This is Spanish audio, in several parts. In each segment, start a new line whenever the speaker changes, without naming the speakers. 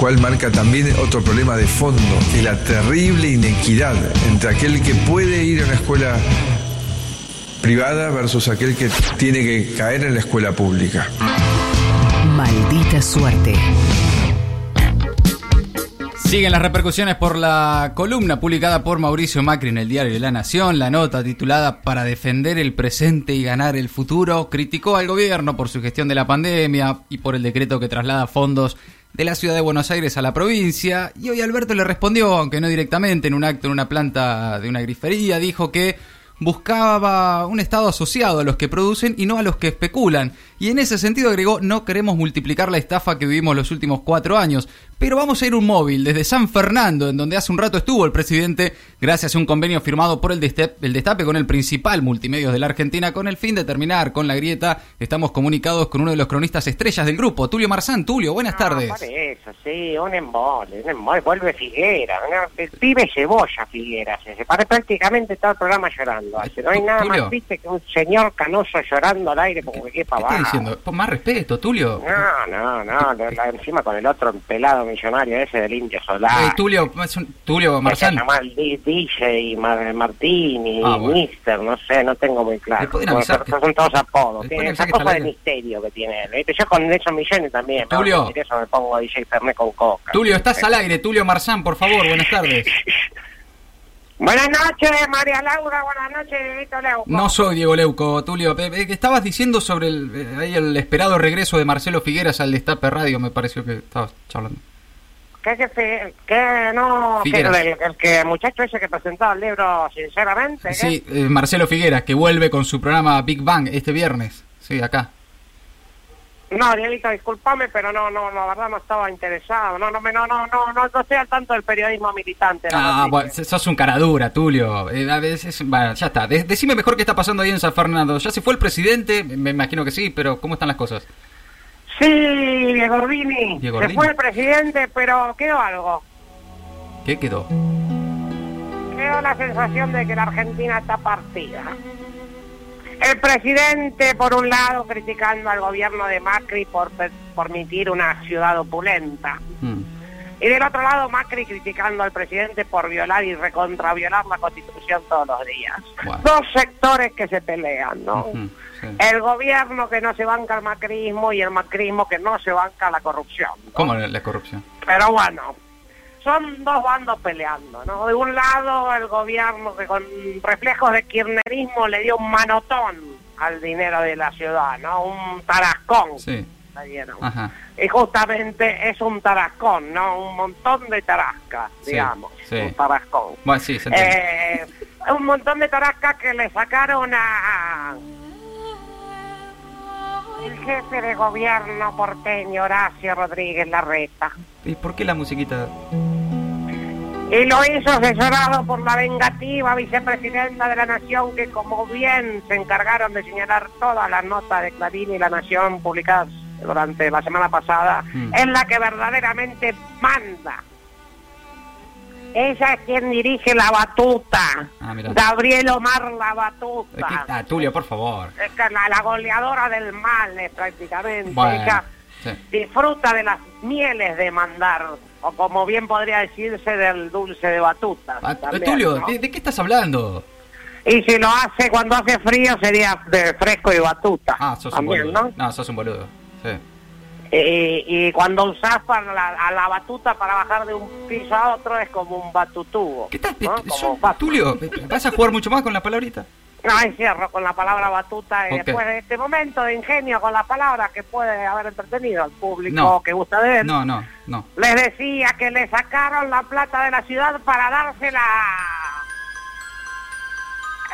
cual marca también otro problema de fondo, que es la terrible inequidad entre aquel que puede ir a una escuela privada versus aquel que tiene que caer en la escuela pública.
Maldita suerte.
Siguen las repercusiones por la columna publicada por Mauricio Macri en el diario de La Nación. La nota titulada Para defender el presente y ganar el futuro criticó al gobierno por su gestión de la pandemia y por el decreto que traslada fondos de la ciudad de Buenos Aires a la provincia. Y hoy Alberto le respondió, aunque no directamente, en un acto en una planta de una grifería, dijo que buscaba un Estado asociado a los que producen y no a los que especulan. Y en ese sentido agregó, no queremos multiplicar la estafa que vivimos los últimos cuatro años, pero vamos a ir un móvil desde San Fernando, en donde hace un rato estuvo el presidente, gracias a un convenio firmado por el Destape, el Destape con el principal multimedios de la Argentina, con el fin de terminar con la grieta. Estamos comunicados con uno de los cronistas estrellas del grupo, Tulio Marzán. Tulio, buenas
No,
tardes.
Por Ah, eso, sí, un embole, un embole. Vuelve Figuera. ¿no? El pibe cebolla Figuera. Se separa prácticamente todo el programa llorando. hace. No hay nada
Tulio.
más triste que un señor canoso llorando al aire como que
¿Qué estás
pavada.
diciendo? Pon más respeto, Tulio.
No, no, no. lo- la- encima con el otro pelado millonario ese del Indio
Eh,
Solar.
Tulio, es un- Tulio
Que se
Marzán.
llama el D- DJ Mar- Martini,
Ah, bueno.
Mister, no sé, no tengo muy
Le
claro.
pueden
Bueno,
avisar
pero
que-
son todos apodos.
le pueden
Tiene
avisar
esa
que está
cosa de
al aire.
misterio que tiene él. ¿viste? Yo con esos millones también. me
Tulio.
van a decir Eso me pongo DJ Fernet con coca.
Tulio, estás al aire. Tulio Marzán, por favor, buenas tardes.
Buenas noches, María Laura. Buenas noches, Dieguito Leuco.
No soy Diego Leuco, Tulio. Eh, eh, que Estabas diciendo sobre el, eh, ahí el esperado regreso de Marcelo Figueras al Destape Radio, me pareció que estabas charlando.
¿Qué, qué, fe- qué, no? ¿Qué, el,
Figueras.
el que muchacho ese que presentaba el libro, sinceramente. ¿qué?
Sí, eh, Marcelo Figueras, que vuelve con su programa Big Bang este viernes. Sí, acá.
No, Dieguito, discúlpame, pero no, no, la verdad no estaba interesado. No, no, me- no, no, no, no, no estoy al tanto del periodismo militante. la
Ah,
noticia.
bueno, sos un caradura, Tulio. Eh, a veces, bueno, ya está. De- decime mejor qué está pasando ahí en San Fernando. ¿Ya se fue el presidente? Me imagino que sí, pero ¿cómo están las cosas?
Sí, Diego Ordini.
Diego
Se
Ordini.
fue el presidente, pero quedó algo.
¿Qué quedó?
Quedó la sensación de que la Argentina está partida. El presidente, por un lado, criticando al gobierno de Macri por per- permitir una ciudad opulenta.
Mm.
Y del otro lado, Macri criticando al presidente por violar y recontraviolar la constitución todos los días.
Bueno.
Dos sectores que se pelean, ¿no?
Ujú, mm, sí.
El gobierno que no se banca el macrismo y el macrismo que no se banca la corrupción. ¿no?
¿Cómo la, la corrupción?
Pero bueno, son dos bandos peleando, ¿no? De un lado el gobierno que con reflejos de kirchnerismo le dio un manotón al dinero de la ciudad, ¿no? Un tarascón.
Sí.
le dieron.
Ajá.
Y justamente es un tarascón, ¿no? Un montón de tarascas,
Sí,
digamos.
sí.
Un tarascón.
Bueno, sí, se entiende.
Eh, un montón de tarascas que le sacaron a... El jefe de gobierno porteño, Horacio Rodríguez Larreta.
¿Y por qué la musiquita?
Y lo hizo asesorado por la vengativa vicepresidenta de la Nación, que como bien se encargaron de señalar todas las notas de Clarín y la Nación publicadas durante la semana pasada,
Mm.
es la que verdaderamente manda. Ella es quien dirige la batuta.
Ah, mirá.
Gabriel Omar la
Eh, ¿qué-
batuta.
Ah, Tulio, por favor.
Es que la, la goleadora del mal, eh, prácticamente.
Bueno.
Ella
sí.
disfruta de las mieles de mandar, o como bien podría decirse, del dulce de batuta.
Ah,
también,
Tulio,
¿no?
¿de, de qué estás hablando?
Y si lo hace cuando hace frío sería de fresco y batuta.
Ah, sos un
también,
boludo.
¿no?
sos un boludo. Sí.
Y, y cuando usás para la, a la batuta para bajar de un piso a otro es como un batutubo.
¿Qué estás?
¿no?
eh,
Como
son-
bat-
Tulio, eh, vas a jugar mucho más con la palabrita.
No, ahí cierro con la palabra batuta y
Ok.
después de este momento de ingenio con las palabras que puede haber entretenido al público
No.
que gusta de él.
No, no, no.
Les decía que le sacaron la plata de la ciudad para dársela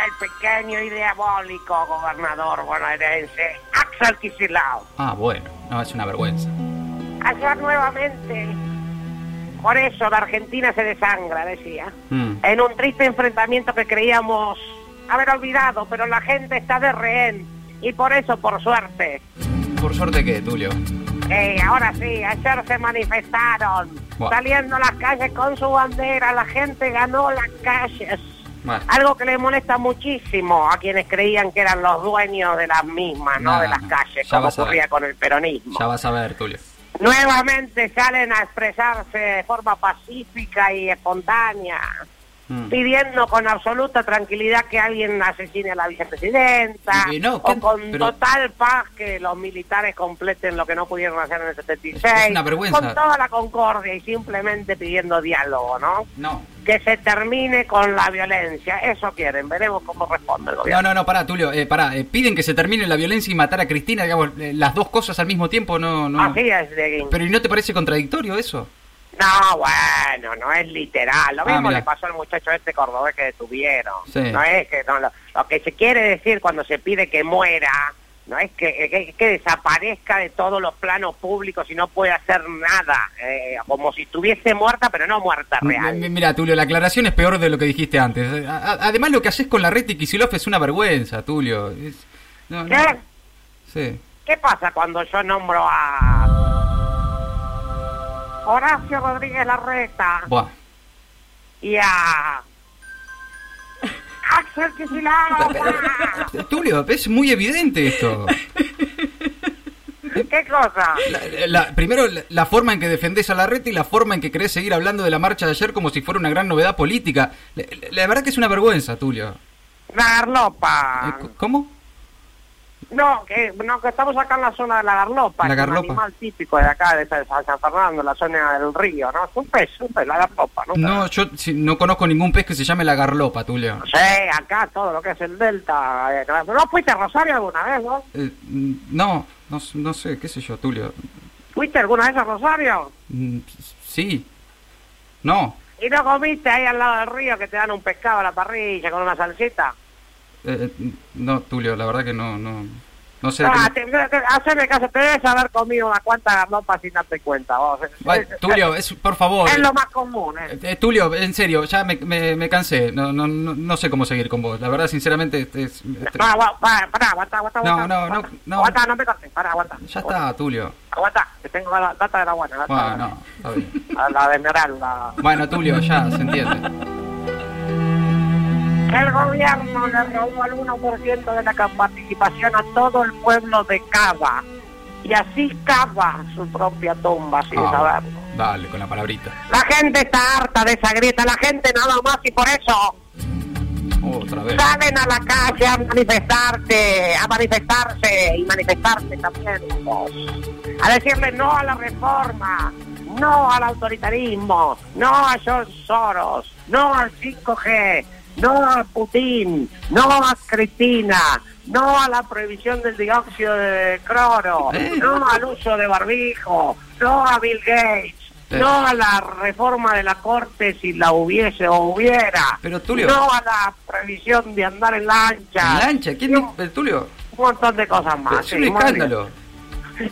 el pequeño y diabólico gobernador bonaerense Axel Kicillof.
Ah, bueno, no, es una vergüenza.
Ayer nuevamente, por eso la Argentina se desangra, decía,
Mm.
en un triste enfrentamiento que creíamos haber olvidado, pero la gente está de rehén y por eso, por suerte,
Por suerte que, Tulio.
Eh, ahora sí, ayer se manifestaron,
Buah.
saliendo a las calles con su bandera, la gente ganó las calles.
Bueno.
Algo que le molesta muchísimo a quienes creían que eran los dueños de las mismas, no,
No,
de
no,
las
no.
calles,
Ya
como
vas a ver.
ocurría con el peronismo.
Ya vas a ver, Tulio.
nuevamente salen a expresarse de forma pacífica y espontánea,
Mm.
pidiendo con absoluta tranquilidad que alguien asesine a la vicepresidenta,
Y no,
o
¿qué?
con
Pero-
total paz que los militares completen lo que no pudieron hacer en el 76,
Es una vergüenza.
con toda la concordia y simplemente pidiendo diálogo, ¿no?
No.
Que se termine con la violencia, eso quieren, veremos cómo responde el gobierno.
No, no, no, pará, Tulio, eh, pará. eh, piden que se termine la violencia y matar a Cristina, digamos, eh, las dos cosas al mismo tiempo, no, no.
Así es, Dieguín.
Pero ¿y no te parece contradictorio eso?
No, bueno, no es literal. Lo
Ah,
mismo
mirá.
le pasó al muchacho este cordobés que detuvieron.
Sí.
No es que no, lo, lo que se quiere decir cuando se pide que muera, no es que, que- que desaparezca de todos los planos públicos y no puede hacer nada, eh, como si estuviese muerta, pero no muerta real.
M- m- Mira, Tulio, la aclaración es peor de lo que dijiste antes. Eh, a- a- Además, lo que haces con la red Kisilov es una vergüenza, Tulio. Es- no, no.
¿Qué?
Sí.
¿Qué pasa cuando yo nombro a Horacio Rodríguez Larreta
Buah.
y a Axel Kicillof?
Eh, Tulio, es muy evidente esto.
¿Qué cosa?
La- la- primero, la, la forma en que defendés a la red y la forma en que querés seguir hablando de la marcha de ayer como si fuera una gran novedad política. La, la- la verdad que es una vergüenza, Tulio.
La
Eh,
garlopa.
c- ¿Cómo?
No, que, no, que estamos acá en la zona de la garlopa.
La
que es
garlopa.
Un animal típico de acá, de San San Fernando, la zona del río, ¿no? Es un pez, un pez, la garlopa, ¿no?
No, yo si- no conozco ningún pez que se llame la garlopa, Tulio.
Sí, acá todo lo que es el delta. eh, ¿No fuiste a Rosario alguna vez, no?
Eh, mm, no, no, s- no sé, qué sé yo, Tulio.
¿Fuiste alguna vez a Rosario?
Mm, s- Sí. No.
¿Y no comiste ahí al lado del río que te dan un pescado a la parrilla con una salsita?
Eh, eh, no, Tulio, la verdad que no, no. No sé. de qué me-
Ah, te- te- haceme caso, te debes haber comido una cuanta garlopa sin darte cuenta, vos.
Ay, Tulio, es, por favor.
Es lo más común, ¿eh?
Eh, Tulio, en serio, ya me, me- me cansé. No, no, no, no sé cómo seguir con vos. La verdad, sinceramente, este es- este-
Pará, agua- pará, pará, aguanta, aguanta,
No,
aguanta.
no, no,
aguanta.
no.
Aguanta, no me cortes, pará, aguanta.
ya está, Tulio.
Aguanta, que tengo la data de la buena. La,
Bueno, no, está bien.
la, la de Esmeralda.
Bueno, Tulio, ya, se entiende.
El gobierno le robó al 1% de la ca- participación a todo el pueblo de Cava. Y así cava su propia tumba sin
Ah,
saberlo.
dale, con la palabrita.
La gente está harta de esa grieta, la gente nada más y por eso
Otra vez.
salen a la calle a manifestarte, a manifestarse y manifestarse también. vos. A decirle no a la reforma, no al autoritarismo, no a George Soros, no al 5G, no a Putin, no a Cristina, no a la prohibición del dióxido de cloro,
¿Eh?
no al uso de barbijo, no a Bill Gates.
Eh.
No a la reforma de la Corte si la hubiese o hubiera.
Pero, Tulio-
No a la previsión de andar en lancha.
¿En lancha? ¿Quién
Y
dijo?
un,
el Tulio?
un montón de cosas más.
Es
Ah, sí,
un
muy
escándalo.
bien.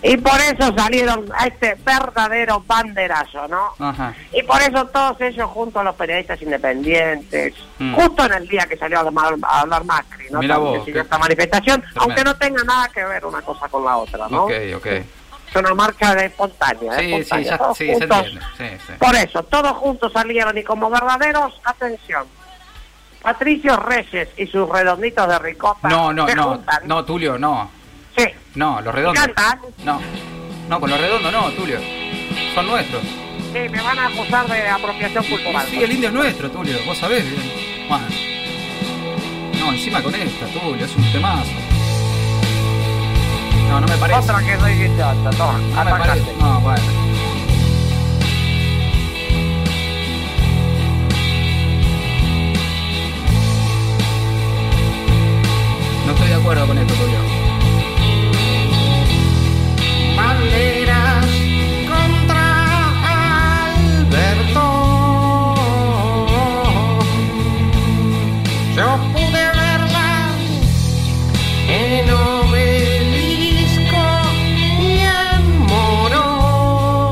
Y por eso salieron a este verdadero banderazo, ¿no?
Ajá.
Y por eso todos ellos junto a los periodistas independientes,
Mm.
justo en el día que salió a hablar, a hablar Macri, ¿no?
Mirá
También
vos,
se
qué-
dio esta manifestación,
Tremendo.
aunque no tenga nada que ver una cosa con la otra, ¿no?
Ok, ok.
Es una marcha de espontánea.
Sí, sí,
espontánea.
ya-
Todos
sí, se
juntos-
entiende, sí, sí.
Por eso, todos juntos salieron y como verdaderos, atención. Patricio Reyes y sus redonditos de ricota.
No, no,
se
no.
juntan.
No, Tulio, no.
Sí.
No, los redondos.
¿Cantan?
No. No, con los redondos no, Tulio. Son nuestros.
sí, me van a acusar de apropiación cultural.
Sí, el indio es nuestro, Tulio, vos sabés. bien. Bueno. No, encima con esta, Tulio, es un temazo. No, no me parece.
Otra que soy idiota, toma,
No Ah, me
atacate.
parece. No, bueno. No estoy de acuerdo con esto, Tulio. Banderas contra Alberto. Yo pude verlas en obelisco y en moro.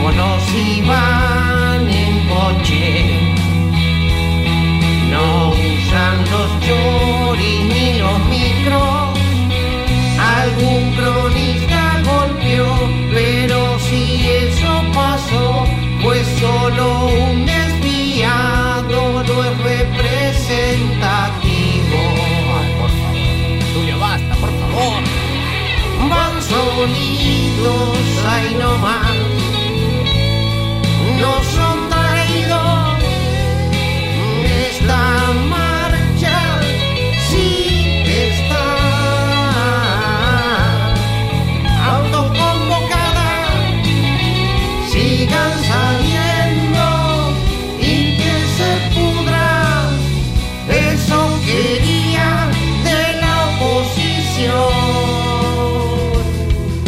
otros iban en coche, no usan los choris ni los micros. Algún cronista golpeó, pero si eso pasó, fue solo un desviado, no es representativo.
Julio, basta, por favor.
Van sonidos ahí nomás, no son traídos. Esta marcha sí está autoconvocada. Sigan saliendo y que se pudra eso quería de la oposición.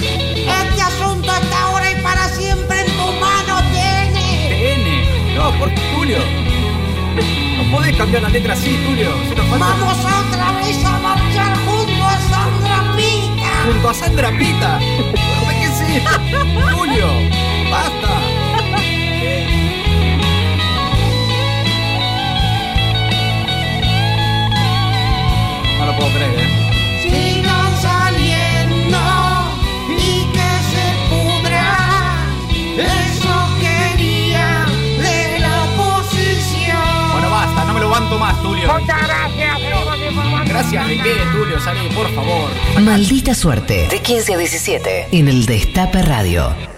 Este asunto está ahora y para siempre en tu mano, tiene.
TN. No, por Julio. No podés cambiar la letra así, Julio. Es una falta.
Vamos otra vez a marchar junto a Sandra Pica.
Junto a Sandra Pita. No me quedes. Julio, basta. No lo puedo creer, ¿eh?
Sigan saliendo y que se pudra. Eso quería de la oposición.
Bueno, basta, no me lo aguanto más, Julio.
Muchas gracias, seguimos informando.
Gracias, ¿de qué, Julio? Salí, por favor.
Maldita suerte.
De 15 a 17.
En el Destape Radio.